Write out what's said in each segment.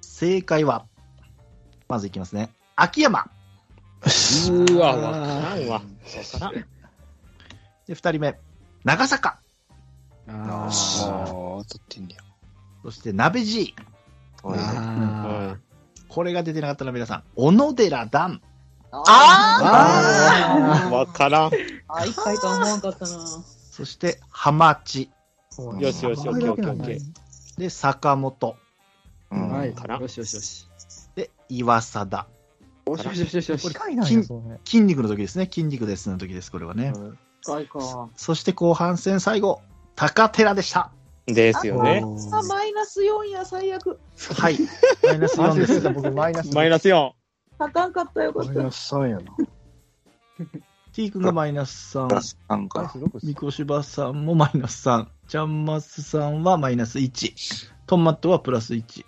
正解は、まずいきますね。秋山。うわ、わからんわ。そうかな。で、二人目、長坂。ああーー、当たってんねや。そして、鍋じい。おいあー。これが出てなかったのは皆さん、小野寺段。あーあわからん。あ一回とは思わんかったな。そして、ハマチ。よしよし、オッケーオッケーオッケー。で、坂本。うんはい。かなよしよしよし。で、岩貞。よしよしよしよしよし。近いなんやそうね。筋肉の時ですね。筋肉ですの時です、これはね。一回か。そして、後半戦最後、高寺でした。ですよね。あ、マイナス4や、最悪。 はい。マイナス4です。僕マイナス。マイナス4。あかんかったよ、よかマイった。ナス三やな。 T 君がマイナス3バ。スさんか。みこしばさんもマイナス3。ちゃんますさんはマイナス1。トマトはプラス1。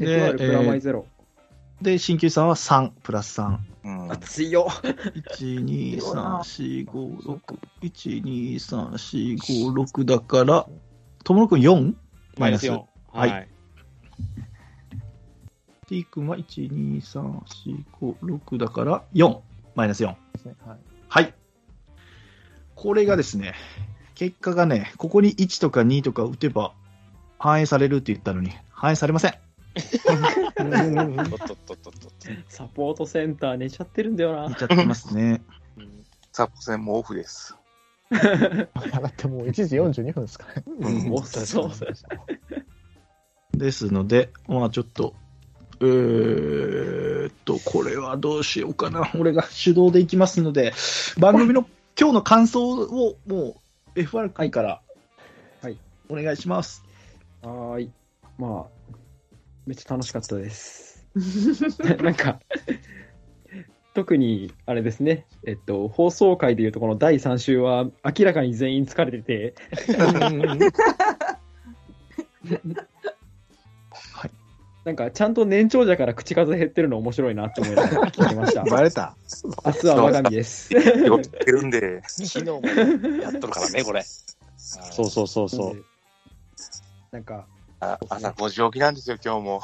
エクアルプラマイで、ゼロ。で、新旧さんは3、プラス3。 うん。強っ。 1、2、3、4、5、6。1、2、3、4、5、6だから、ともろくん 4? マイナス4。ははいい。 T 君は1、2、3、4、5、6だから4。マイナス4。はい。これがですね、結果がね、ここに1とか2とか打てば反映されるって言ったのに、反映されません。とっとっとっとっとっと。サポートセンター寝ちゃってるんだよ出な。ちゃってますね。 サポセンもオフです。だってもう1時42分ですからね。うんもうそうそう。ですので、まあちょっと、えーっと、これはどうしようかな。俺が手動でいきますので、番組の今日の感想をもう FR 会から、はいお願いします。はーい。まあ、めっちゃ楽しかった です。なんか、特に、あれですね、えっと、放送回でいうと、この第3週は、明らかに全員疲れてて、はいなんか、ちゃんと年長者から口数減ってるの面白いなって思いながら聞き ました。バレた。明日は我が身です。仕事してるんで。昨日もやっとるからね、これ。そうそうそうそなんで。なんか、あ朝5時起きなんですよ、今日も。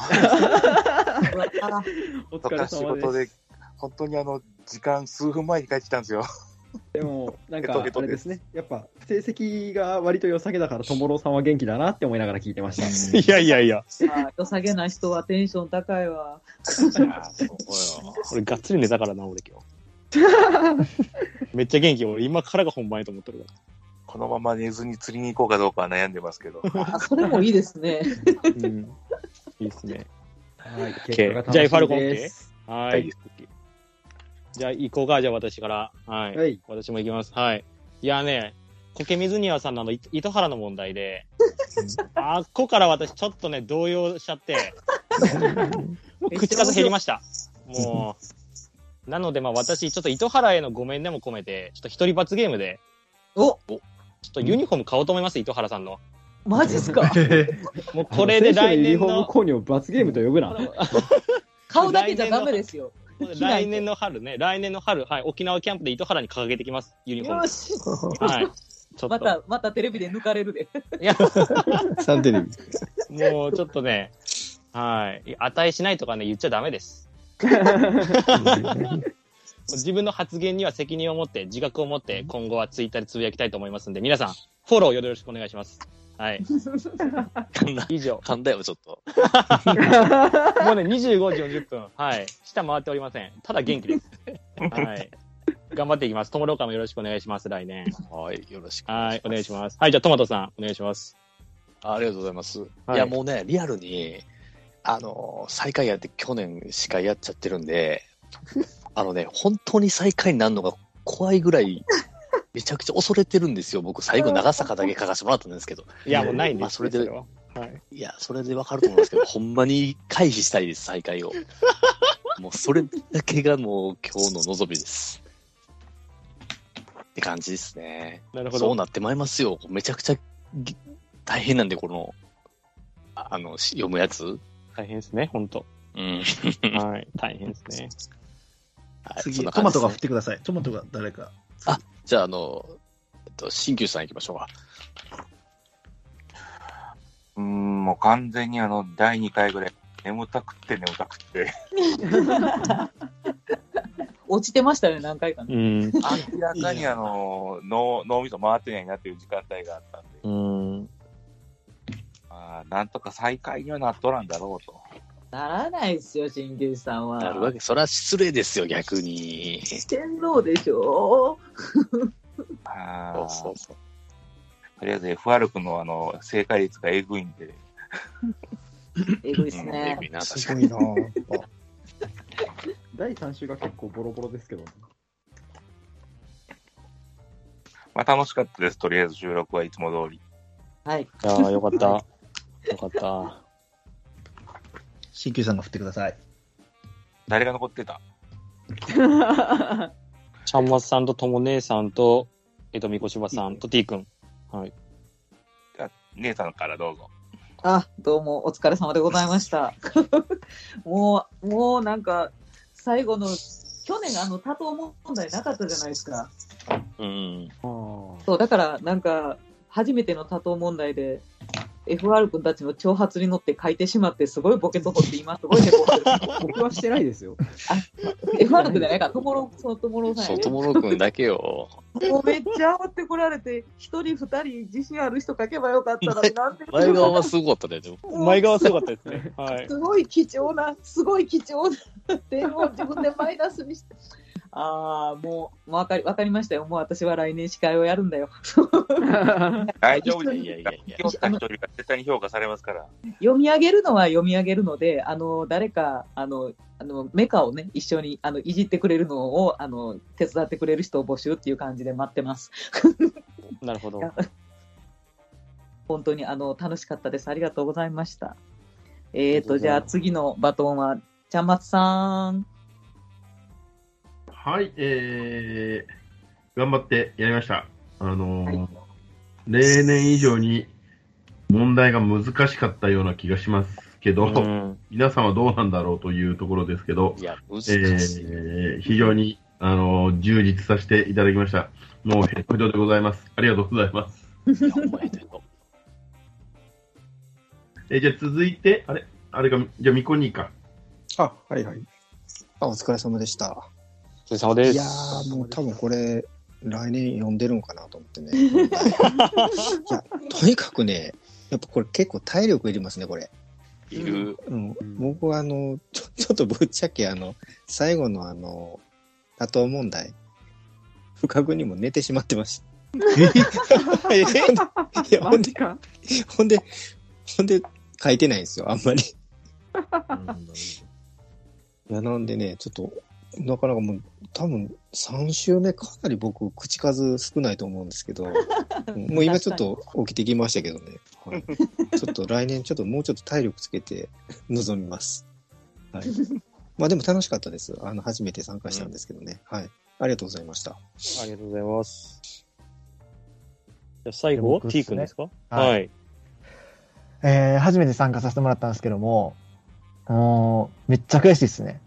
そお疲っれから仕様事です。で、本当にあの、時間数分前に帰ってきたんですよ。でも、なんヘトか、ヘあトれでですすね、やっぱ、成績が割と良さげだから、ともろうさんは元気だなって思いながら聞いてました。う。いやいやいや、あ良さげな人はテンション高いわ。俺がっつり寝たからな、俺今日。めっちゃ元気、俺今からが本番やと思ってるかこのまま寝ずに釣りに行こうかどうかは悩んでますけど。あ、それもいいですね。ら。うん。いいっすね。はい、 OK じゃあファルコン OK？ですははいい。じゃあ行こうか、じゃあ私から。はい。はい。私も行きます。はい。いやね、苔水庭さんのあのい糸原の問題で、あっこから私ちょっとね、動揺しちゃ って、もう口数減りました。もう。なので、まあ私、ちょっと糸原へのごめんでも込めて、ちょっと一人罰ゲームで、おちょっとユニフォーム買おうと思います、糸原さんの。マジっす かもうこれで来年選手ユニフォーのム、購入を罰ゲームと呼ぶな。顔だけじゃダメですよ。来年の春ね、来年の春、はい、沖縄キャンプで糸原に掲げてきます、ユニフォームよ。し。はい。ちょっと。また、またテレビで抜かれる で。いや、サンテレビ。もうちょっとね、はい。値しないとかね、言っちゃダメです。自分の発言には責任を持って、自覚を持って、今後はツイッターでつぶやきたいと思いますんで、皆さん、フォローよろしくお願いします。はい。以上。噛んだよ、ちょっと。もうね、25時40分。はい。下回っておりません。ただ元気です。はい。頑張っていきます。友ローカもよろしくお願いします、来年。はい、よろしく。はい、お願いします。はい、じゃあトマトさん、お願いします。ありがとうございます。はいい、や、もうね、リアルに、あのー、最下位やって去年しかやっちゃってるんで、 あのね、本当に最下位になるのが怖いぐらい、めちゃくちゃ恐れてるんですよ。僕、最後、長坂だけ書かせてもらったんですけど。いや、もうないんです。あそれではいや、それでわかると思うんですけ ど、ほんまに回避したいです、最下位を。もう、それだけがもう、今日の望みです。って感じですね。なるほそうど。なってまいりますよ。めちゃくちゃぎ大変なんで、この、ああの、し読むやつ。大変ですね、本当。うん。はい、大変ですね。はいそ次、んなト感マじトですがね振ってください。トマトが誰か。じゃあ、あの、えっと、新旧さん行きましょうか。うん、もう完全にあの、第2回ぐらい眠たくって眠たくって。落ちてましたね、何回かね。うん。明らかにあの、脳、脳みそ回ってないなっていう時間帯があったんで、うん。あーなんとか再開にはなっとらんだろうと。ならないですよ、鍼灸師さんは。なるわけ。それは失礼ですよ、逆に。天皇でしょあそうーそうそう。とりあえず FR 君のあの、正解率がエグいんで、えぐいっすうん、ねエ。ビな、確すかごに。いなぁ。やっぱ 第3週が結構ボロボロですけど、まあ楽しかったです。とりあえず収録はいつも通り。はい。いやーよかった。よかった。新旧さんが振ってください。誰が残ってたちゃんまつさんととも姉さんと、えっと、みこしばさんと T 君。姉さんからどうぞ。あ、どうも、お疲れ様でございました。 もう、もうなんか、最後の、去年あの多頭問題なかったじゃないですか。うん。あそう、だからなんか、初めての多頭問題で、FR 君たちの挑発に乗って書いてしまって、すごいボケとこって今すごいへこんでる。あ、僕はしてな いですよ。 FR 君じゃないか、ともろ、そのともろさんやそねう、ともろくんだけよ。もうめっちゃ煽ってこられて、一人二人自信ある人書けばよかったのになんて前側はすごかったね、でも。前側すごかったですね。 はい。すごい貴重な、すごい貴重な点を自分でマイナスにして。 ああ、もう、もうわかり、わかりましたよ。もう私は来年司会をやるんだよ。 大丈夫です。いやいやいや一人が絶対に評価されますから。読み上げるのは読み上げるので、あの、誰か、あの、あの、メカをね、一緒に、あの、いじってくれるのを、あの、手伝ってくれる人を募集っていう感じで待ってます。なるほど。本当にあの楽しかったです。ありがとうございました。えっ、ありがと、とうござじいまゃすあ次のバトンは、ちゃんまつさん。はい、えー、頑張ってやりました。あのーはい例年以上に問題が難しかったような気がしますけど、うん。皆さんはどうなんだろうというところですけどい、や、難えしい。ー、非常に、あのー充実させていただきました。もうヘッドでございます。ありがとうございます。いやほんまやでえーじゃあ続いて、あれあれが、じゃあミコニーか。あ、はいはい。あ、お疲れ様でした。お疲れ様でいやす。ー、もう多分これ、来年読んでるんかなと思ってね。いや、とにかくね、やっぱこれ結構体力いりますね、これ。いる。うんうん僕はあのちょ、 ちょっとぶっちゃけあの、最後のあの、多頭問題、不覚にも寝てしまってました。いやほんで、か。ほんで、ほんで、書いてないんですよ、あんまり。いや、なんでね、ちょっと、なかなかもう、多分3週目かなり僕、口数少ないと思うんですけど、もう今ちょっと起きてきましたけどね。はい、ちょっと来年ちょっともうちょっと体力つけて臨みます。はい。まあでも楽しかったです。あの、初めて参加したんですけどね。はい。ありがとうございました。ありがとうございます。じゃあ最後、僕っすね T 君ですかはいはい。えー初めて参加させてもらったんですけども、もう、めっちゃ悔しいですね。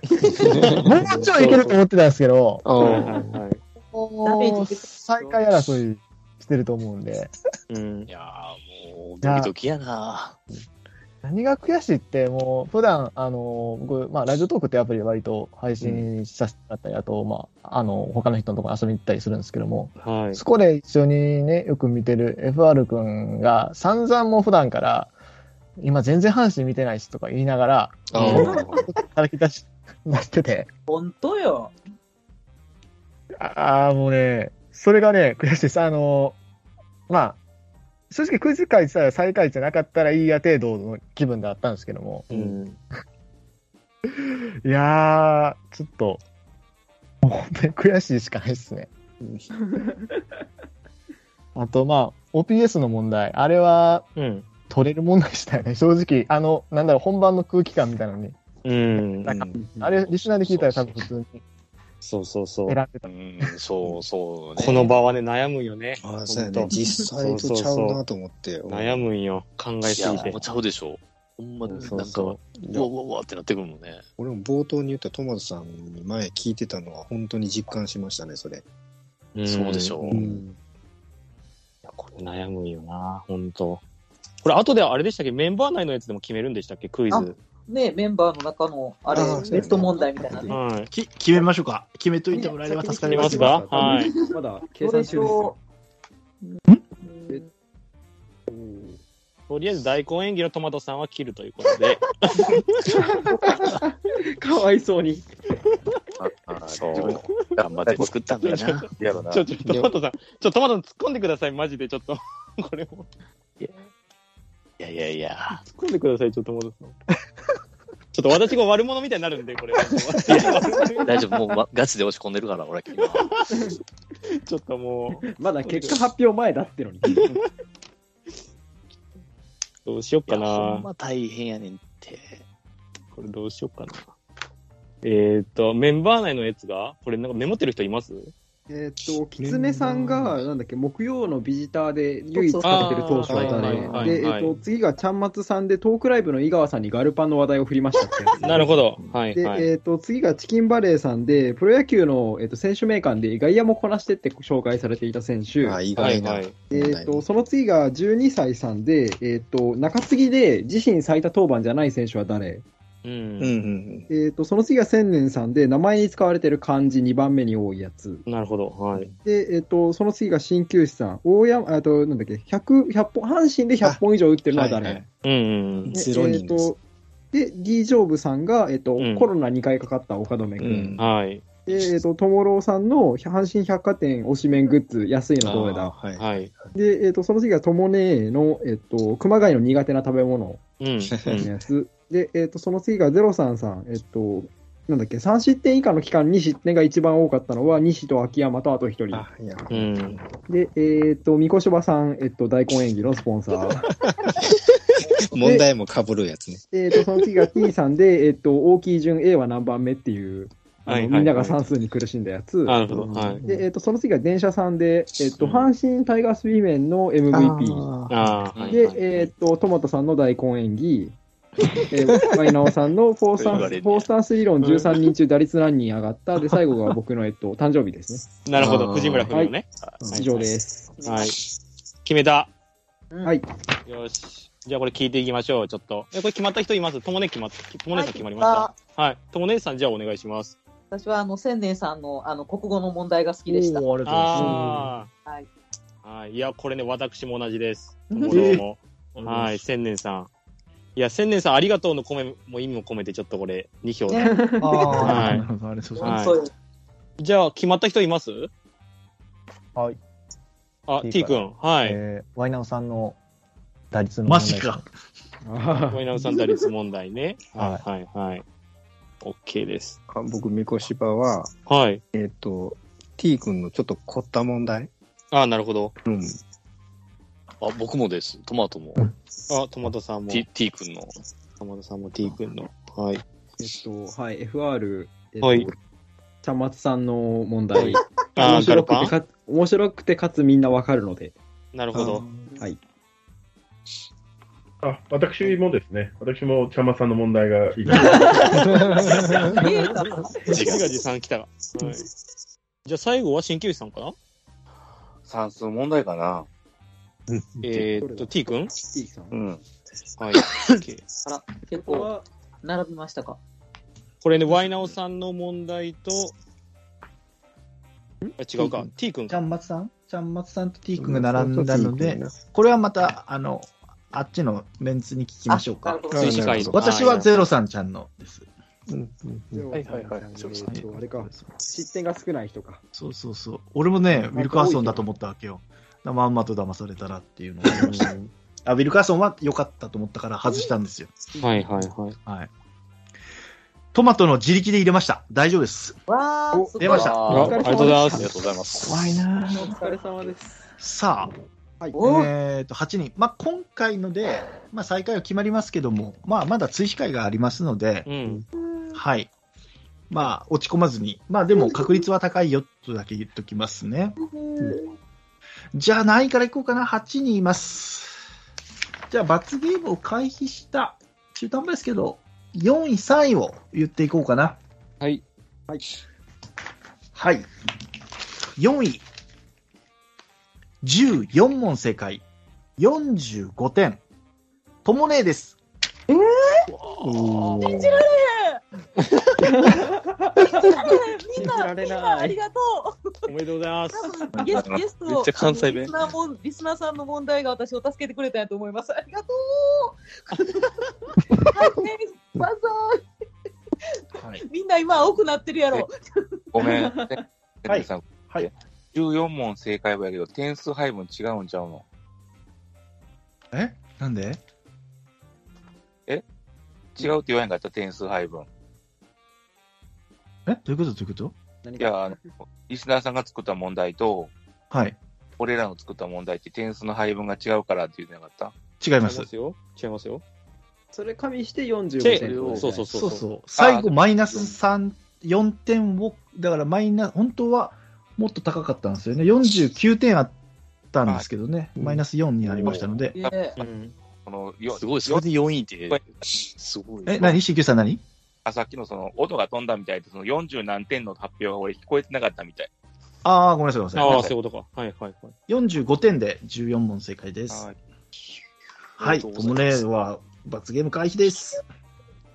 もうちょいいけると思ってたんですけど、はいはいはい。ダメージも受うけてる最下位争いしてると思うんで、うんい。やーもう、ドキドキやな。何が悔しいって、もう、普段、あの、僕、まあ、ラジオトークってアプリで割と配信させてもらったり、あと、まあ、あの、他の人のところに遊びに行ったりするんですけども、はい。そこで一緒にね、よく見てる FR 君が、散々もう普段から、今全然阪神見てないしとか言いながら、働き出し、出してて、本当よ。ああ、もうね、それがね、悔しいです。あの、まあ、正直9時会自体は最下位じゃなかったらいいや程度の気分であったんですけども、うん。 いやー、ちょっと、もう本当に悔しいしかないです ね。あと、まあ、OPS の問題、あれはうん。取れる問題でしたよね、正直。あの、なんだろう、本番の空気感みたいなのに。うん。あれ、リスナーで聞いたら多分普通にそうそうそう選ん。でうた。ん、そうそうね。この場はね、悩むよね。ああ、そうやほねん。と実際とちゃうなと思って。悩むんよ。考えいすや、ぎもてう。ちゃうでしょ。ほんま、なんか、うそわうそううわうわってなってくるもんね。俺も冒頭に言ったトマトさんに前聞いてたのは本当に実感しましたね、それ。うん。そうでしょう。うん。いやこれ悩むよな、本当これ、後であれでしたっけメンバー内のやつでも決めるんでしたっけクイズ。ね、メンバーの中の、あれあー、ベスト問題みたいなね。はい。き決めましょうか。決めといてもらえれば助かりりまますすが。かはい。まだ計どう算でし中ですょよ。ううんとりあえず大根演技のトマトさんは切るということ で。 かわいそうに。あそう。頑張って作ったんだよな。やろな。ちょ、ちょ、トマトさん。ちょ、トマトさん突っ込んでください。マジで、ちょっと。 これも。いやいやいや。突っ込んでください、ちょっとトマトさん。 ちょっと私が悪者みたいになるんで、 これは。ち大丈夫。もう、ま、ガチで落ち込んでるから、俺、今。ょっともう、まだ結果発表前だってのに。どうしよっいやかほんな。ま大変やねんって。これどうしよっかな。えーっと、メンバー内のやつが、これなんかメモってる人いますえっと、キツネ さんが、なんだっけ、木曜のビジターで唯一使ってる投手がいたあーはいね。で、はいはえっいと、次がちゃんまつさんで、トークライブの井川さんにガルパンの話題を振りましたってやつ。 なるほど。はい、で、はい。えっと、次がチキンバレーさんで、プロ野球の、えっと、選手名鑑で外野もこなしてって紹介されていた選手。あ、意は外い、な。はい。えー、とその次が12歳さんで、えー、と中継ぎで自身最多登板じゃない選手は誰、う。うんうんんえー、とその次が千年さんで名前に使われてる漢字2番目に多いやつなるほど。はい。で、えー、とその次が鍼灸師さん大山あとなんだっけ100 100本阪神で100本以上打ってるうん。のははい誰、はい。うん、うん。でゼロ人ですえー、とで D ジョーブさんが、えーとうんコロナ2回かかった岡留う君、ん。はい。でえー、と友郎さんの阪神百貨店推しメングッズ安いのどれあだはい。はい。で、えー、とその次が友姉の、えー、と熊谷の苦手な食べ物うん。 うんやつ。で、えっ、と、その次がゼロさんさん、えっ、と、なんだっけ、3失点以下の期間に失点が一番多かったのは、西と秋山とあと一人。あ、いや。うん。で、えっ、と、三越柴さん、えっ、と、大根演技のスポンサ ー。問題も被るやつね。えっと、その次が T さんで、えっ、と、大きい順 A は何番目っていう、あのはいはいみんなが算数に苦しんだやつ。なるほど。はい。で、えっ、と、その次が電車さんで、えっ、と、うん阪神タイガースビーメンの MVP。あーああ、はい。で、はいえっ、と、トマトさんの大根演技。えー、ワイナオさんのフォースタン言わスれるねフォースタンス理論13人中打率何人上がった。で、最後が僕の、えっと、誕生日ですね。なるほど。あー藤村君のね。以上です。はい。決めた。はい。よし。じゃあこれ聞いていきましょう。ちょっと。え、これ決まった人いますともね決まった。ともねさん決まりました。はい。ともねさん、じゃあお願いします。私はあの千年さんのあの国語の問題が好きでした。おーありがとうございまああ。はい。はい。いや、これね、私も同じです。ともどうも。はい。千年さん。いや、千年さん、ありがとうのコメも意味も込めて、ちょっとこれ、2票で。す。 あはーいなるほどありがとうございます。は本い当よじゃあ、決まった人いますはい。あ、 T T 君。はい。えーワイナオさんの打率の問マ題ジか。。ワイナウさん打率問題ね。は はいはいはい。OK です。あ僕、三越芝は、はい。えっと、T 君のちょっと凝った問題。ああ、なるほど。うん。あ、僕もです。トマトも。あ、トマトさんも。 T, T 君の。トマトさんも T 君の。はい。 えっと、はい、FR、えっと、はいちゃんまつさんの問題。ああ、ガルくパてンかつ、面白くてかつみんなわかるので。なるほど。 あ、私もですね、私もちゃまさんの問題が い見い。えたの自画自賛来たが。はい。じゃあ最後は鍼灸師さんかな算数問題かな。えーっと、T 君 T さん。こうん。はい。OK 結こ構は、並びましたか。これね、ワイナオさんの問題と、あ違うか。T 君ちゃか。んまつさんちゃんまつさんと T 君が並んだので、これはまた、あの、あっちのメンツに聞きましょうあかなる。ほど推進会の。私はゼロさんちゃんのです。うんうんうんはいはいはい。えっとあれか、失点が少ない人か。そうそうそう。俺もね、ウィルカーソンだと思ったわけよ。まんまと騙されたらっていうのを思いました。あ、ウィルカーソンは良かったと思ったから外したんですよ。はいはいはい。はい。トマトの自力で入れました。大丈夫です。わおー、すごい出ましたあああーりりががととううごござざいいまますす。ありがとうござい怖いなます。お疲れ様 です。さあ、はい。おえー、と8人、まあ、今回ので、まあ、再開は決まりますけども、まあ、まだ追試会がありますので、うん。はいまあ、落ち込まずに、まあ、でも確率は高いよとだけ言っときますね。じゃあ、何位からいこうかな、8人います。じゃあ、罰ゲームを回避した、中途半端ですけど、4位、3位を言っていこうかな。はい。はい。はい。4位、14問正解、45点。ともねえです。お信じられへんみんな、みんなありがとうおめでとうございます。多分ゲスゲストめっちゃ関西弁リスナーもんリスナーさんの問題が私を助けてくれたんやと思います。ありがとうはいねバンザーイはいみんな今青くなってるやろ。ごめん。ねはいさんはい14問正解はやけど、点数配分違うんちゃうのえなんで違うって言わへんかった、点数配分。えどういうことどういうこと何いや、あの、リスナーさんが作った問題と、はい。俺らの作った問題って点数の配分が違うからって言ってなかった違い違いま。ますすよ。違いますよ。それ加味して45チェ点そうそうそうそそううそう。最後、マイナス3、4点を、だからマイナ本当はもっと高かったんですよね。49点あったんですけどね、マイナス4になりましたので。いえうんこの、よすごい、それで4位って、すごい。え、何 ?CQ さん何あさっきのその、音が飛んだみたいで、その40何点の発表が俺聞こえてなかったみたい。ああ、ごめんなさい、ごめんなさああ、そういうことか。はいはいはい。い。45点で14問正解です。はい、ありがトとうごムざいレまイすは罰ゲーム回避です。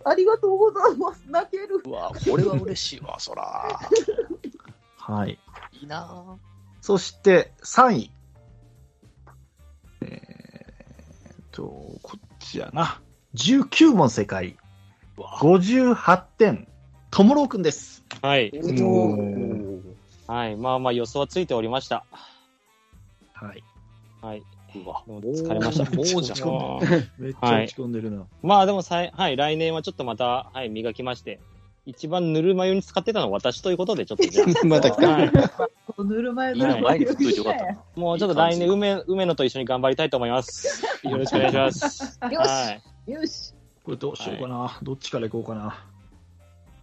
ありがとうございます。泣ける。うわ、これは嬉しいわ、そら。はい。いいなそして3位。えーっと、こっちやな。19問正解。ぁ。わ58点。ともろうくんです。はい。うんはい。まあまあ予想はついておりました。はい。はい。うわでも疲れました。もうじゃちんょっともうめっちゃ落ち込んでるな。まあでもさい、はい、来年はちょっとまた、はい、磨きまして、一番ぬるま湯に使ってたのは私ということで、ちょっとじゃまた来あ、た。はい、このぬるま湯いいな、前に振っといてよかったな。もうちょっと来年梅、梅野と一緒に頑張りたいと思います。よろしくお願いします。よはし、い。よし。これどうしようかな。どっちから行こうかな。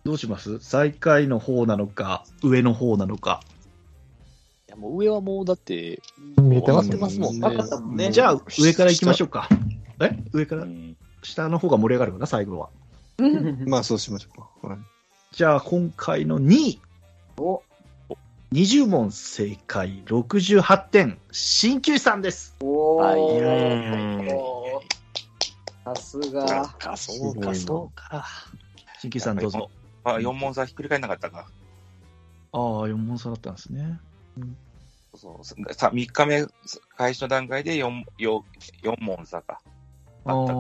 どうします最下位の方なのか、上の方なのか。いや、もう上はもうだって、見えてます終わってもんね。わかったもんねじゃあ、上から行きましょうか。え上かうら、ん下の方が盛り上がるかな、最後は。まあそうしましょう か。はいじゃあ、今回の2位。20問正解、68点。鍼灸師さんです。おはいーはいはいおーさすそうが。か、そうか、そうか。鍼灸師さんどうぞ。あ、4問差ひっくり返らなかったか。ああ、4問差だったんですね。そうそう。さ3日目、開始の段階で 4, 4, 4問差か。ああったあ、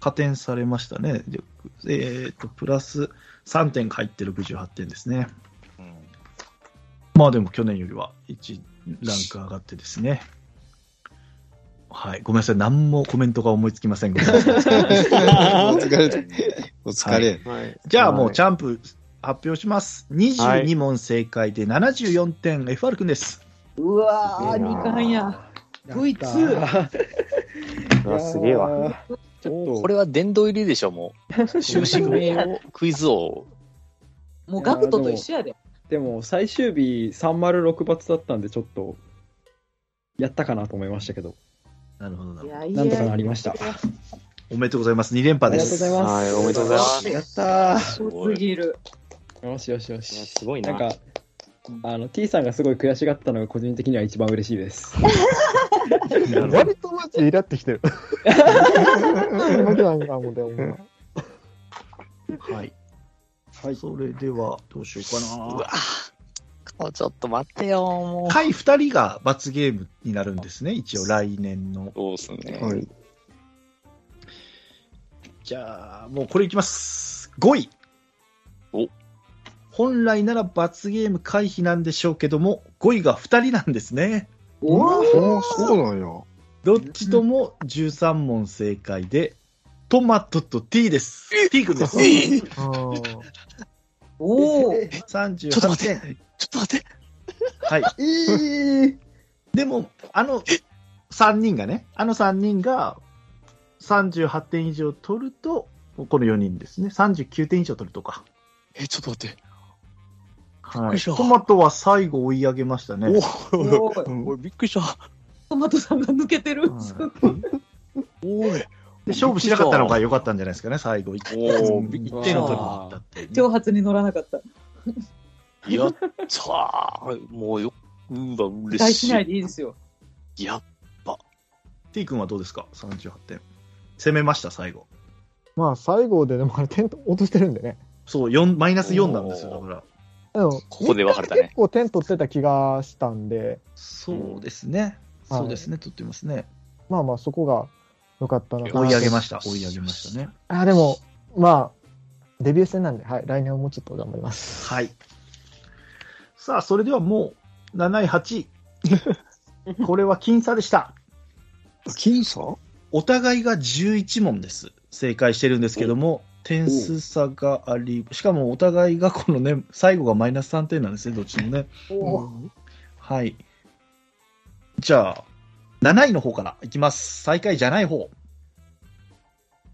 加点されましたね。でえっ、と、プラス3点入って68点ですね。うん。まあでも去年よりは1ランク上がってですね。はい。ごめんなさい。何もコメントが思いつきません。ごめんなさいお疲れ。お疲れ。はい。じゃあもうチャンプ発表します。22問正解で74点、FR くんです。うわー、すげえな二冠や。V2 うわすげえわ。わ。ちょっこれは殿堂入りでしょ、もう。終止組を、クイズ王。もうガクトと一緒やで。と、でも最終日306罰だったんで、ちょっと、やったかなと思いましたけど、なるほどなるいほど。やいなや。んとかなりました。おめでとうございます。2連覇です。ありがとうございまはすい、おめでとうございます。やったすごすぎる。ーよしよしよいやし。すごいなな。んか、あの、T さんがすごい悔しがったのが個人的には一番嬉しい です。なるほど割とマジイラってきてる。負けないなもうでも。はい。はいそれでは、どうしようかな。うわもうちょっと待ってよ、も下位2人が罰ゲームになるんですね、一応来年のう。。そうっすね。はい。じゃあ、もうこれいきます。5位。お本来なら罰ゲーム回避なんでしょうけども、5位が2人なんですね。おーおそうなんや。どっちとも13問正解で、トマトと T です。T 君です。おー。ちょっ38と待っ点て。、ちょっと待って。はい。でも、あの3人がね、あの3人が38点以上取ると、この4人ですね、39点以上取るとか。え、ちょっと待って。はびい、っくりしたトマトは最後追い上げましたね。おおおー俺びっくりした。トマトさんが抜けてる。はいおい。で勝負しなかったのが良かったんじゃないですかね、最後。1おお、点びっをく取りにりし行ったっていうね、挑発に乗らなかった。た。やったー。もうよ、うんだ、期嬉待ししないでいいですよ。い。やっ T 君はどうですか、38点。攻めました、最後。まあ、西郷ででもあれ、点落としてるんでね。そう、4マイナス4なんですよ、だから。でもここで分かれたね結構点取ってた気がしたんで、そうですね。はいそうですね、取ってますね。まあまあ、そこが良かったのかなと追い上げました、追い上げましたね。あ、でも、まあ、デビュー戦なんで、はい、来年はもうちょっと頑張ります。はい。さあ、それではもう、7位、8位。これは僅差でした。僅差お互いが11問です。正解してるんですけども、点数差があり、しかもお互いがこのね、最後がマイナス3点なんですね、どっちもね。はい。じゃあ、7位の方からいきます。最下位じゃない方。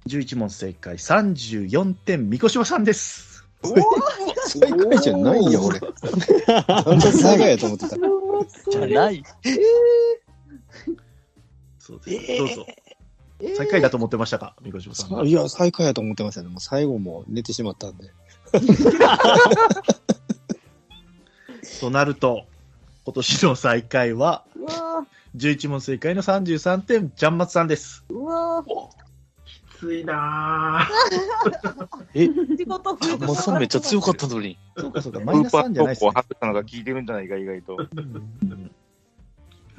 11問正解、34点、三越さんです。最下位じゃないよ、俺。だんだん最下位やと思ってた。じゃない。そうです。どうぞ。最下位だと思ってましたか、三越さんは。いや、最下位やと思ってましたね。もう最後も寝てしまったんで。となると、今年の最下位は、うわ11問正解の33点、ジャンマツさんです。ーうわーきついな仕事増えてもうそれめっちゃ強かったのに。そうかそうか、ウマイナースパ3ーじゃないでトすークをね。外したのが効いてるんじゃないか、意外と。ぁ。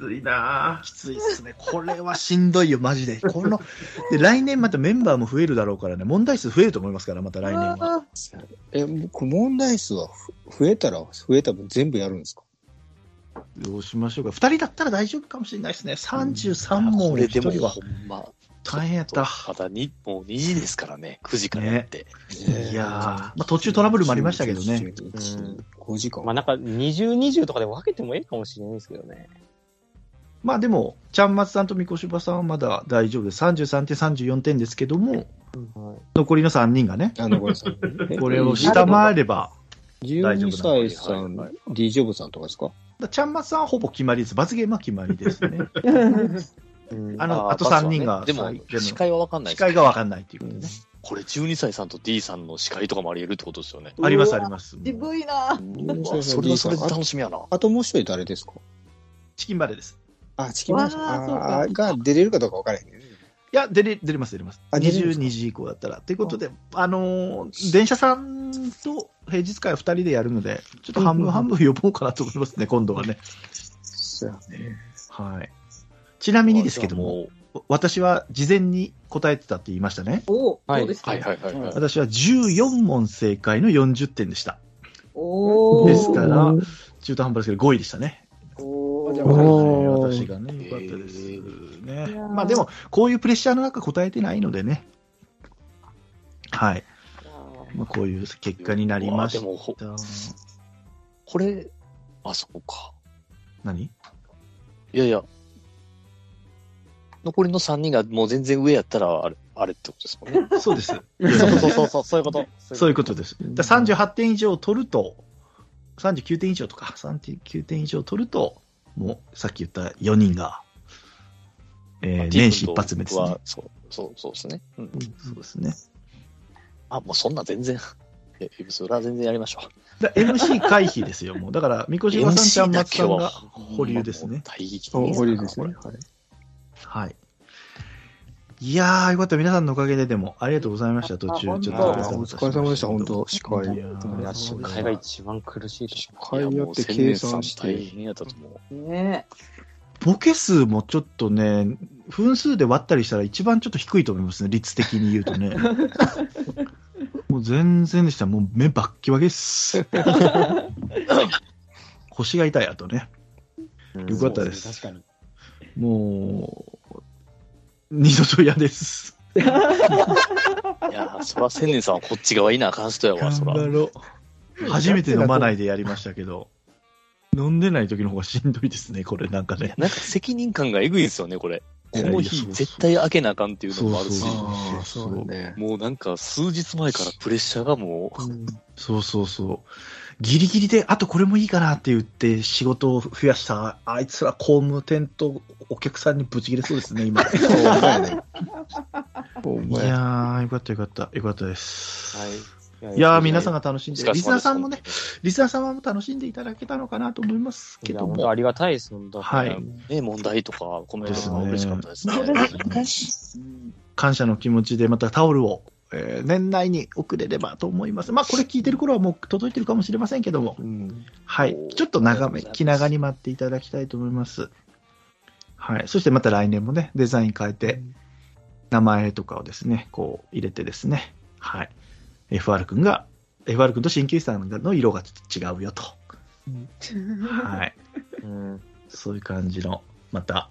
きついなきついですね。これはしんどいよ、マジで。この、で、来年またメンバーも増えるだろうからね、問題数増えると思いますから、また来年は。え、僕、問題数はふ増えたら増えた分全部やるんですかどうしましょうか。2人だったら大丈夫かもしれないですね。33問これ1で人もはほんま。大変やった。まだにもう2時ですからね、9時からやって。いやー、まあ、途中トラブルもありましたけどね。。 5時間。まあなんか20、20とかで分けてもいいかもしれないですけどね。まあでも、ちゃんまつさんとみこしばさんはまだ大丈夫です。33点、34点ですけども、残りの3人がね、あの、ごめんなさい。えこれを下回れば、大丈夫12な歳さん、D ジョブさんとかですかだちゃんまつさんはほぼ決まりです。罰ゲームは決まりです ね。あの、あとま3ずはね人が、でも最、下位の司会は分かんない司です会がわかんないっていうことでね。これ12歳さんと D さんの司会とかもあり得るってことですよね。ありますあります。渋いな12うわ歳さそん、れはそ D されでん。楽しみやな。あともう一人誰ですかチキンバレーです。あ、チキンマンションわーそうかあーが出れるかどうか分からへん。いや、出れ、出れます、出れます。あ出れるんですか22時以降だったら。ということで、あのー電車さんと平日会は2人でやるので、ちょっと半分半分呼ぼうかなと思いますね、今度はね。そうやね。はい。ちなみにですけども、も。私は事前に答えてたって言いましたね。おお、はいどうですか、はいはいはいはい。私は14問正解の40点でした。おおですから、中途半端ですけど5位でしたね。おおじゃあ はいおー私がね、良かったですへねいや。ーまあでも、こういうプレッシャーの中答えてないのでね。はい。まあ、こういう結果になりましうわでもほた。これ、あ、そうか。何いやいや。残りの3人がもう全然上やったら、あれ、あれってことですもんね。 そうです。そうそうそう、そういう こと。そういうことです。だから38点以上取ると、39点以上とか、39点以上取ると、もうさっき言った4人が、えー年始一発目ですね。はそう、そう、そうですね。うん。そうですね。あ、もうそんな全然。 え、それは全然やりましょう。だ MC 回避ですよ、もう。だから、三越さんちゃん、松さんが保留ですね。大激お堀ですこねれ。はい。はい。いやー、よかった。皆さんのおかげででも、ありがとうございました。途中、ちょっとあーお疲れ様でした、本当司会。いやーうん司会が一番苦しいと司思いや会やもっうて千計年さん算し大て。変やったと思う。 ねボケ数もちょっとね、分数で割ったりしたら一番ちょっと低いと思いますね、率的に言うとね。もう全然でした。もう目ばっきわけっす。腰が痛い、あとね。よかったです。確かに。もう、二度と嫌です。いやー、そら千年さんはこっち側いなあかん人やわ、そら。頑張ろう初めて飲まないでやりましたけど、飲んでない時の方がしんどいですね、これなんかね。なんか責任感がえぐいんですよね、これ。このいやいや日そう絶対開けなあかんっていうのもあるしそ、うああ、そうだね。もうなんか数日前からプレッシャーがもう、そうそうそう。ギリギリで、あとこれもいいかなって言って仕事を増やした、あいつら公務店とお客さんにぶち切れそうですね、 今。いそう だね。お前やー、よかったよかった、よかったです。はいいやー、皆さんが楽しんで、お疲リスナーれ様でしたさんもね、リスナー様も楽しんでいただけたのかなと思いますけいやど本当もあ。りがたいです、本当。はい。ね、問題とかコメントとか嬉しかったですね。感謝の気持ちでまたタオルをえー年内に送れればと思います。まあ、これ聞いてる頃はもう届いてるかもしれませんけども、はい。ちょっと長め、気長に待っていただきたいと思います。はい。そしてまた来年もね、デザイン変えて、名前とかをですね、こう入れてですね、はい。FR 君が、FR 君と鍼灸師さんの色が違うよと。はい。そういう感じの、また、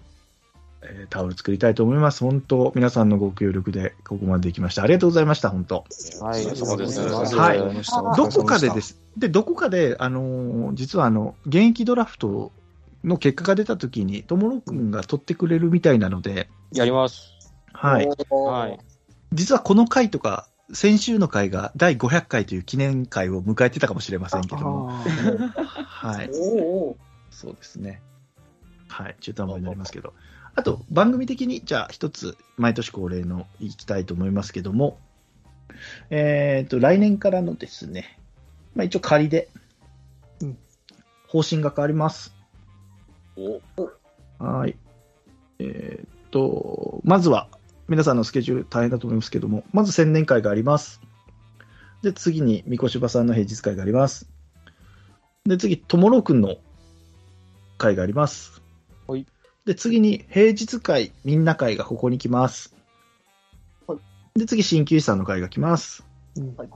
えータオル作りたいと思います。本当、皆さんのご協力でここまでできました。ありがとうございました、本当。はいそうですねはいありがとうございましたどこかでです。で、どこかで、あのー実はあの、現役ドラフトの結果が出たときに、ともろくんが取ってくれるみたいなので、やります。はい。はい。実はこの回とか、先週の回が第500回という記念会を迎えてたかもしれませんけども、はい。おーそうですね。はい。中途半端になりますけど。あと、番組的に、じゃあ、一つ、毎年恒例のいきたいと思いますけども、えっ、と、来年からのですね、まあ、一応仮で、うん方針が変わります。おはい。えっ、と、まずは、皆さんのスケジュール大変だと思いますけども、まず宣年会があります。で、次に、三越芝さんの平日会があります。で、次、ともろくんの会があります。はい。で、次に、平日会、みんな会がここに来ます。はいで、次、鍼灸師さんの会が来ます。うんはい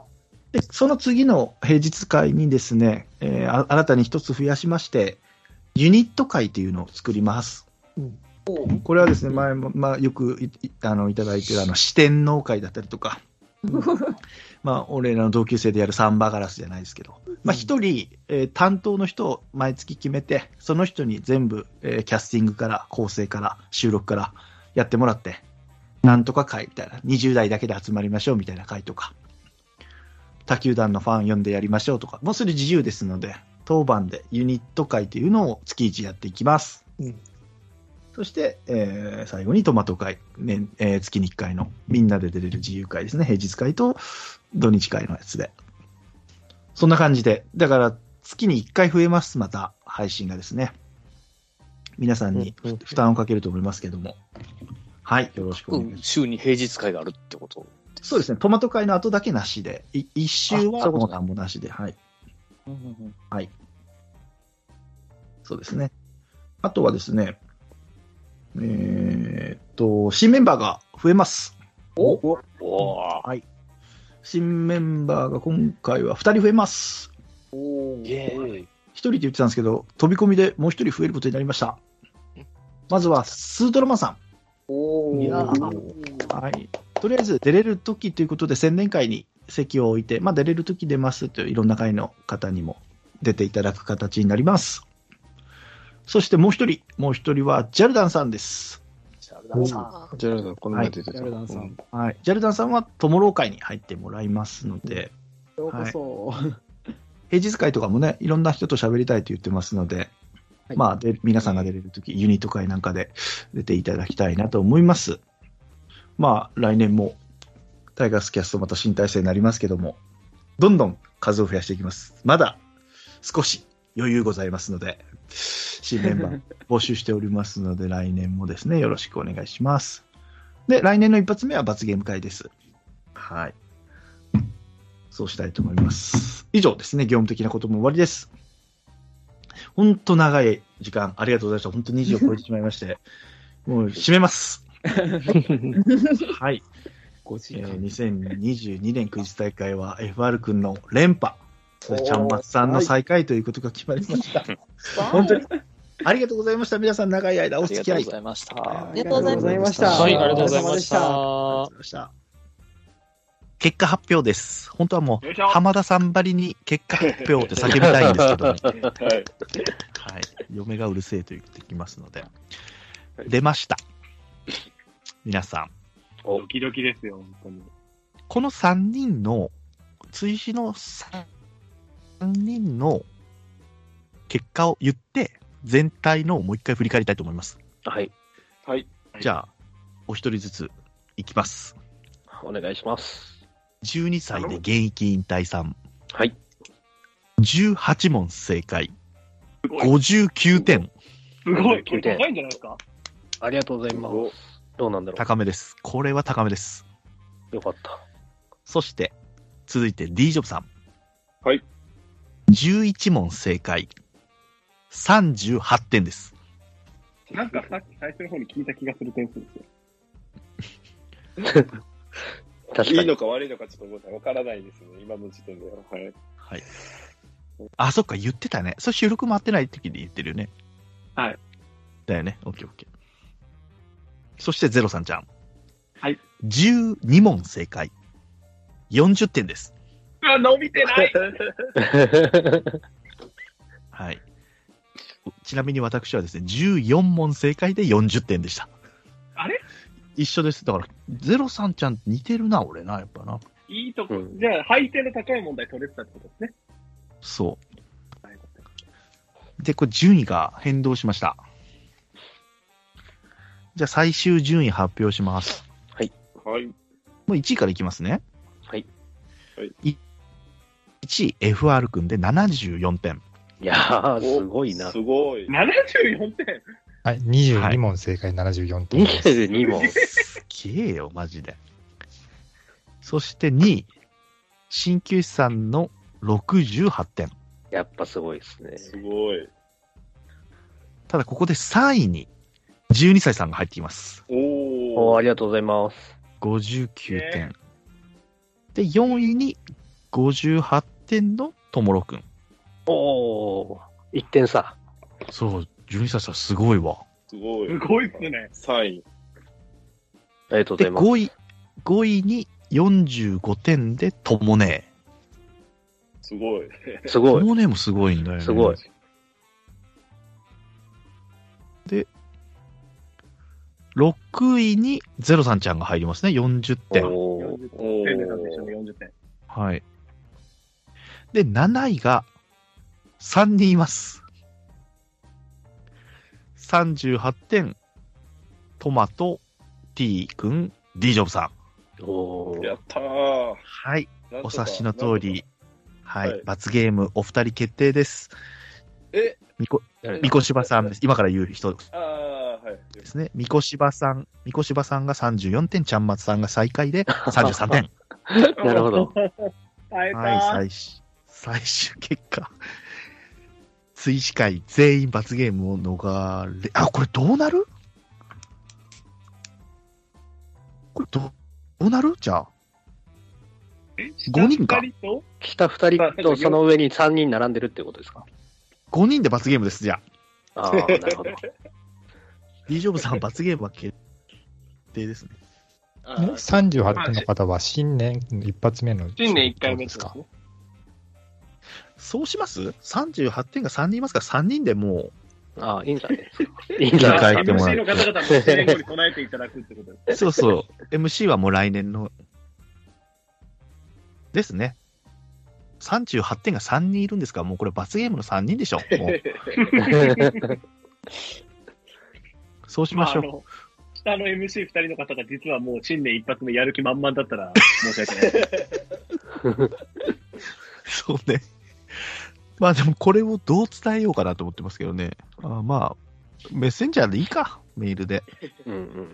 で、その次の平日会にですね、えーあ新たに一つ増やしまして、ユニット会というのを作ります。おーこれはですね、前も、まあ、よくいいあのいただいてるあの四天王会だったりとか、まあ、俺らの同級生でやるサンバガラスじゃないですけど、まあ、一人、えー担当の人を毎月決めて、その人に全部、えーキャスティングから、構成から、収録からやってもらって、なんとか会みたいな、20代だけで集まりましょうみたいな会とか、他球団のファン呼んでやりましょうとか、もうそれ自由ですので、当番でユニット会というのを月1やっていきます。うんそして、えー最後にトマト会、年えー月に1回のみんなで出れる自由会ですね、平日会と土日会のやつで。そんな感じで、だから月に1回増えます、また配信がですね。皆さんにうんうん負担をかけると思いますけども。はい、よろしくお願いします。週に平日会があるってことそうですね、トマト会の後だけなしで、い一周あそういはうこともうなんもなしで、はい。はい。そうですね。あとはですね、えーっと、新メンバーが増えます。おー新メンバーが今回は2人増えます。イエーイ1人って言ってたんですけど、飛び込みでもう1人増えることになりました。まずは、スートロマンさん。おーいやはい、とりあえず出れる時ということで、宣伝会に席を置いて、まあ、出れる時出ますといういろんな会の方にも出ていただく形になります。そしてもう一人、もう一人はジャルダンさんです。ジャラルさん、この前出てた。ジャルダンさん。はい、ジャルダンさんは友老会に入ってもらいますので、ようこそ。平日会とかもね、いろんな人と喋りたいと言ってますので、はいまあで、皆さんが出れるとき、ユニット会なんかで出ていただきたいなと思います。まあ、来年もタイガースキャストまた新体制になりますけども、どんどん数を増やしていきます。まだ少し余裕ございますので、新メンバー募集しておりますので、来年もですね、よろしくお願いします。で、来年の一発目は罰ゲーム会です。はい。そうしたいと思います。以上ですね、業務的なことも終わりです。本当長い時間、ありがとうございました。本当2時を超えてしまいま して、もう閉め ます。はい、 5時え間。ー2022年クイズ大会は FR 君の連覇、そしてちゃんまつさんの再開ということが決まりました。本当にありがとうございました。皆さん長い間おあり付がきとう合いございました。ありがとうございましたはい、ありがとうございお疲れ様までししたた。結果発表です。本当はもうよいしょ浜田さんばりに結果発表って叫びたいんですけど、ね、 はいはい、嫁がうるせえと言ってきますので、出ました。皆さん、ドキドキですよ、本当に。この3人の、追試の3人の結果を言って、全体のをもう一回振り返りたいと思います。はい。はい。じゃあ、お一人ずついきます。お願いします。 12歳で現役引退さん。はい。 18問正解。59点。すごい、9これ点高いんじゃないですかありがとうございます。どうなんだろ高めです。これは高めです。う。よかった。そして、続いて D ジョブさん。はい。 11問正解。38点です。 なんかさっき最初の方に聞いた気がする点数ですよ。確いかいに。のか悪いのかちょっとごめんなさい。わからないですね。今の時点では。はい。はい。あ、そっか、言ってたね。それ収録回ってない時で言ってるよね。はい。だよね。オッケーオッケー。そしてゼロさんちゃん。はい。 12問正解。40点です。あ、伸びて ないはい。ちなみに私はですね、14問正解で40点でした。あれ一緒です。だから、ゼロさんちゃん似てるな、俺な、やっぱな。いいとこ。じゃあ、配点の高い問題取れてたってことですね。そう。で、これ順位が変動しました。じゃあ最終順位発表します。はい。もう1位からいきますね。はい。い1位、FR 君で74点。いやー、すごいなす。ごい。 74点はい、22問正解74点です。 22問。すげえよ、マジで。そして2位、鍼灸師さんの68点。やっぱすごいですね。すごい。ただここで3位に12歳さんが入ってきます。おおー。ー、ありがとうございます。 59点。で、4位に58点のともろくん。おー、1点差。そう、12歳さんすごいわ。すごい。すごいっすね。 3位。ありがとうござで、います。 5位、5位に45点でともねすごい。すえ。ごとい。もねえもすごいんだよね。すごい。 6位にゼロさんちゃんが入りますね。40点。おー40お点でなんでしょうーね、40点。はい。で、7位が3人います。38点、トマト、T 君、D ジョブさん。おーやったー。はい。なんとおか察しの通なんりとか、はい、はい罰ゲームお二人決定です。えみこ、誰だみこしばさんです。今から言う人であー、はい。すね。みこしばさん、みこしばさんが34点、ちゃんまつさんが最下位 で33点。なるほど。会えたー。はい、最終、最終結果。追試会全員罰ゲームを逃れ、あ、これどうなるこれど、どうなるじゃあ。5人か二人と下2人とその上に3人並んでるってことですか5人で罰ゲームです、じゃあ。ああ、なるほど。 D ジョブさん罰ゲームは決定ですね。え38点の方は新年一発目の。新年1回目ですか。そうします ?38 点が3人いますから、3人でもああ、いいんじゃないですか。いいんじゃないあですか。もら MC のっ方々も1年後に備えていただくってことです。う、そうそう、MC はもう来年の、ですね。38点が3人いるんですから、もうこれ罰ゲームの3人でしょ。もうそうしましょう。ああの下の MC2 人の方が実はもう新年一発目やる気満々だったら申し訳ないです。そうね。まあでもこれをどう伝えようかなと思ってますけどね。あまあ、メッセンジャーでいいか、メールで。うんうんうん。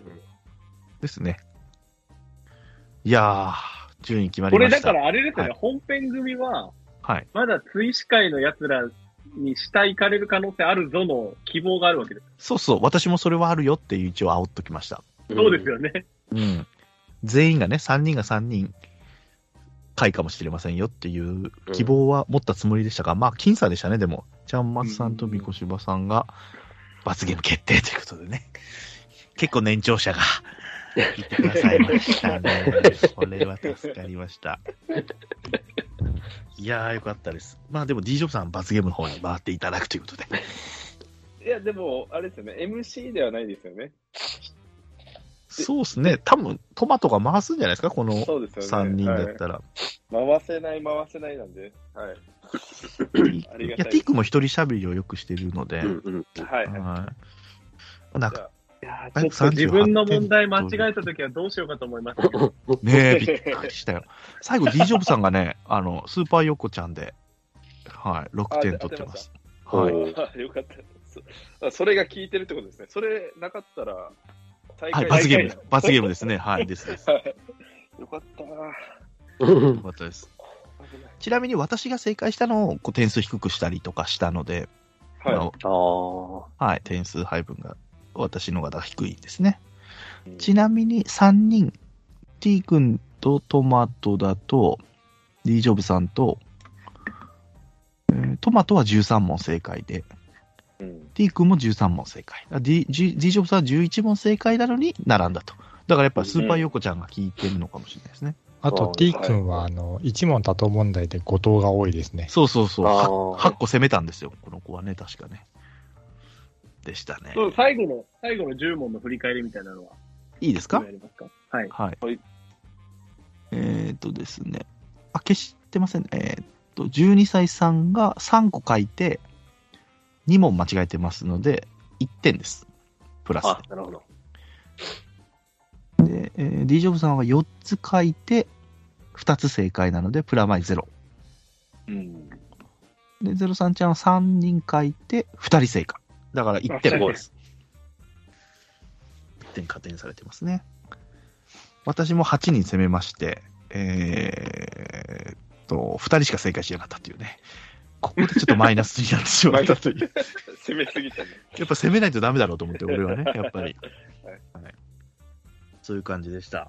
ですね。いやー、順位決まりこまれした。だからあれですよね、は本編組は、はい。まだ追試会の奴らに下行かれる可能性あるぞの希望があるわけです。そうそう、私もそれはあるよっていう一応煽っときました。そうですよね。うん。全員がね、3人が3人、回かもしれませんよっていう希望は持ったつもりでしたが、まあ、僅差でしたね、でも。ちゃんまつさんとみこしばさんが、罰ゲーム決定ということでね。結構年長者が、言ってくださいましたね。これは助かりました。いやー、よかったです。まあ、でも D ジョブさん、罰ゲームの方に回っていただくということで。いや、でも、あれですよね。MC ではないですよね。そうですね。多分、トマトが回すんじゃないですか、このそうですよ3ね。人だったら。はい回せない、回せないなんで。はい。いありがたや、いティックも一人喋りをよくしてるので、うんうん。はい。はいはい。なんか、いやーーちちょょっとっと自自分分のの問問題題間間違違ええたときはどうしようかと思いま したけど。ねえ、びっくりしたよ。最後、D ジョブさんがね、 あの、スーパーヨコちゃんで、はい、6点取ってます。はい。おーあよかったですあ。それが効いてるってことですね。それなかったら、大はい、罰ゲー大ム、罰ゲームですね。はい、ですです。会だはいよかった。よかったです。ちなみに私が正解したのをこう点数低くしたりとかしたので、はいまあはい、点数配分が私の方が低いですね。ちなみに3人、T 君とトマトだと、D ジョブさんと、えートマトは13問正解で、T 君も13問正解。あ D, G D ジョブさんは11問正解なのに並んだと。だからやっぱスーパー横ちゃんが聞いてるのかもしれないですね。あと T 君は、あの、一問多答問題で誤答が多いです ね。そうそうそう。あは8個攻めたんですよ、この子はね、確かね。でしたね。そう最後の、最後の10問の振り返りみたいなのは、いいですかやりますかはい。はい。えっとですね。あ、消してませんね。えーっと、12歳さんが3個書いて、2問間違えてますので、1点です。プラスあ、なるほど。で、えー、D ジョブさんは4つ書いて、2つ正解なので、プラマイ0。うん。で、03ちゃんは3人書いて、2人正解。だから1点あ5です。1点加点されてますね。私も8人攻めまして、えーっと、2人しか正解しなかったっていうね。ここでちょっと マイナスになってしまったという。 攻めすぎたね。やっぱ攻めないとダメだろうと思って、俺はね、やっぱり。はい はいそういう感じでした。い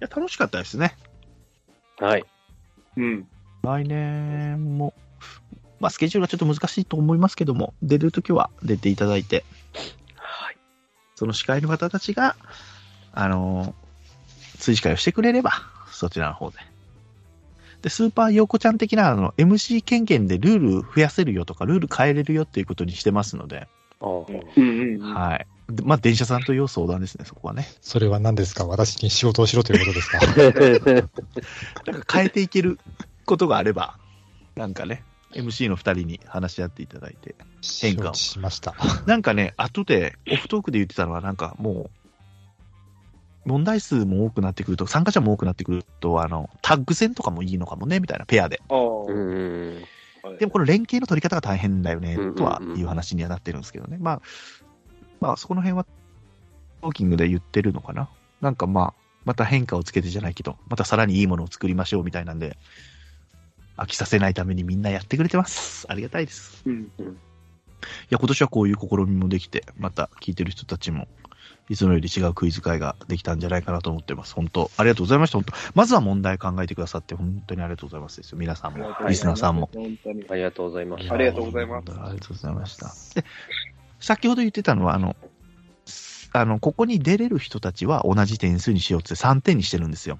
や、楽しかったですね。はい。うん。来年も、まあ、スケジュールがちょっと難しいと思いますけども、出るときは出ていただいて、その司会の方たちが、あのー追司会をしてくれれば、そちらの方で。で、スーパーヨーコちゃん的な、あの、MC 権限でルール増やせるよとか、ルール変えれるよっていうことにしてますので、うんうん。はい。でまあ、電車さんと要相談ですね、そこはね。それは何ですか私に仕事をしろということですかなんか変えていけることがあれば、なんかね、MC の2人に話し合っていただいて、変化を。しました。なんかね、後で、オフトークで言ってたのは、なんかもう、問題数も多くなってくると、参加者も多くなってくると、あの、タッグ戦とかもいいのかもね、みたいな、ペアで。うん。でもこの連携の取り方が大変だよね、とはいう話にはなってるんですけどね。まあ、まあ、そこの辺は、トーキングで言ってるのかな。なんかまあ、また変化をつけてじゃないけど、またさらにいいものを作りましょうみたいなんで、飽きさせないためにみんなやってくれてます。ありがたいです。うん。いや、今年はこういう試みもできて、また聞いてる人たちも、いつもより違うクイズ会ができたんじゃないかなと思ってます。本当、ありがとうございました。本当、まずは問題考えてくださって、本当にありがとうございますですよ。皆さんも、リスナーさんも。本当に。ありがとうございます。ありがとうございまあす。りがとうございました。で、先ほど言ってたのは、あの、すあのここに出れる人たちは同じ点数にしようって3点にしてるんですよ。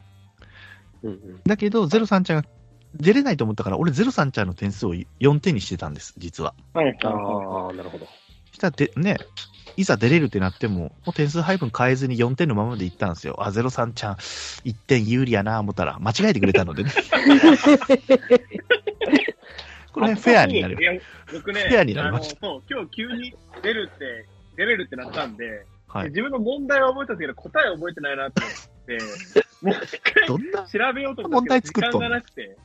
だけど、03ちゃんが出れないと思ったから、俺03ちゃんの点数を4点にしてたんです、実は。はい。ああ、なるほど。したらで、ね、いざ出れるってなっても、もう点数配分変えずに4点のままでいったんですよ。あ、03ちゃん、1点有利やな思ったら、間違えてくれたの でね。これフェアになるいや僕ね、フェアになりましあのそう、今日急に出るって、出れるってなったんで、はいで自分の問題は覚えたんですけど、答え覚えてないなと思って、もう一回どんな調べようと思ったんですけど、時間がなくて。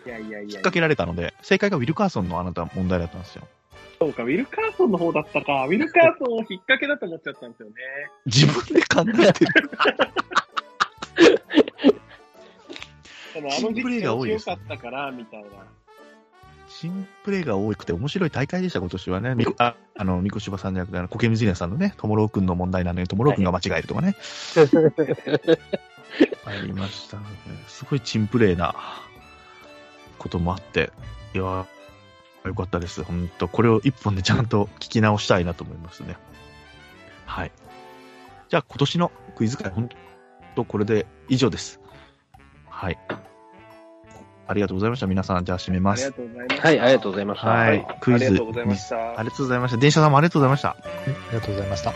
いやいやいやいや引っ掛けられたので、正解がウィルカーソンのあなた問題だったんですよ。そうか、ウィルカーソンの方だったか。ウィルカーソンを引っ掛けだと思っちゃったんですよね。自分で考えてる。でもあのチームプレ実ーが験多いで強すかったから、みたいな。新プレーが多くて面白い大会でした、今年はね。みこああの、みこしばさんじゃなくて、あの、コケミズネさんのね、ともろうくんの問題なのに、ともろうくんが間違えると かね。ありましたね。すごいチンプレーなこともあって、いやー、よかったです。本当これを一本でちゃんと聞き直したいなと思いますね。はい。じゃあ、今年のクイズ会、本当これで以上です。はい。ありがとうございました。皆さん、じゃあ、締めます。とうございはい、ありがとうございました。はい、クイズ。ありがとうございました。ありがとうございました。電車さんもありがとうございました。ありがとうございました。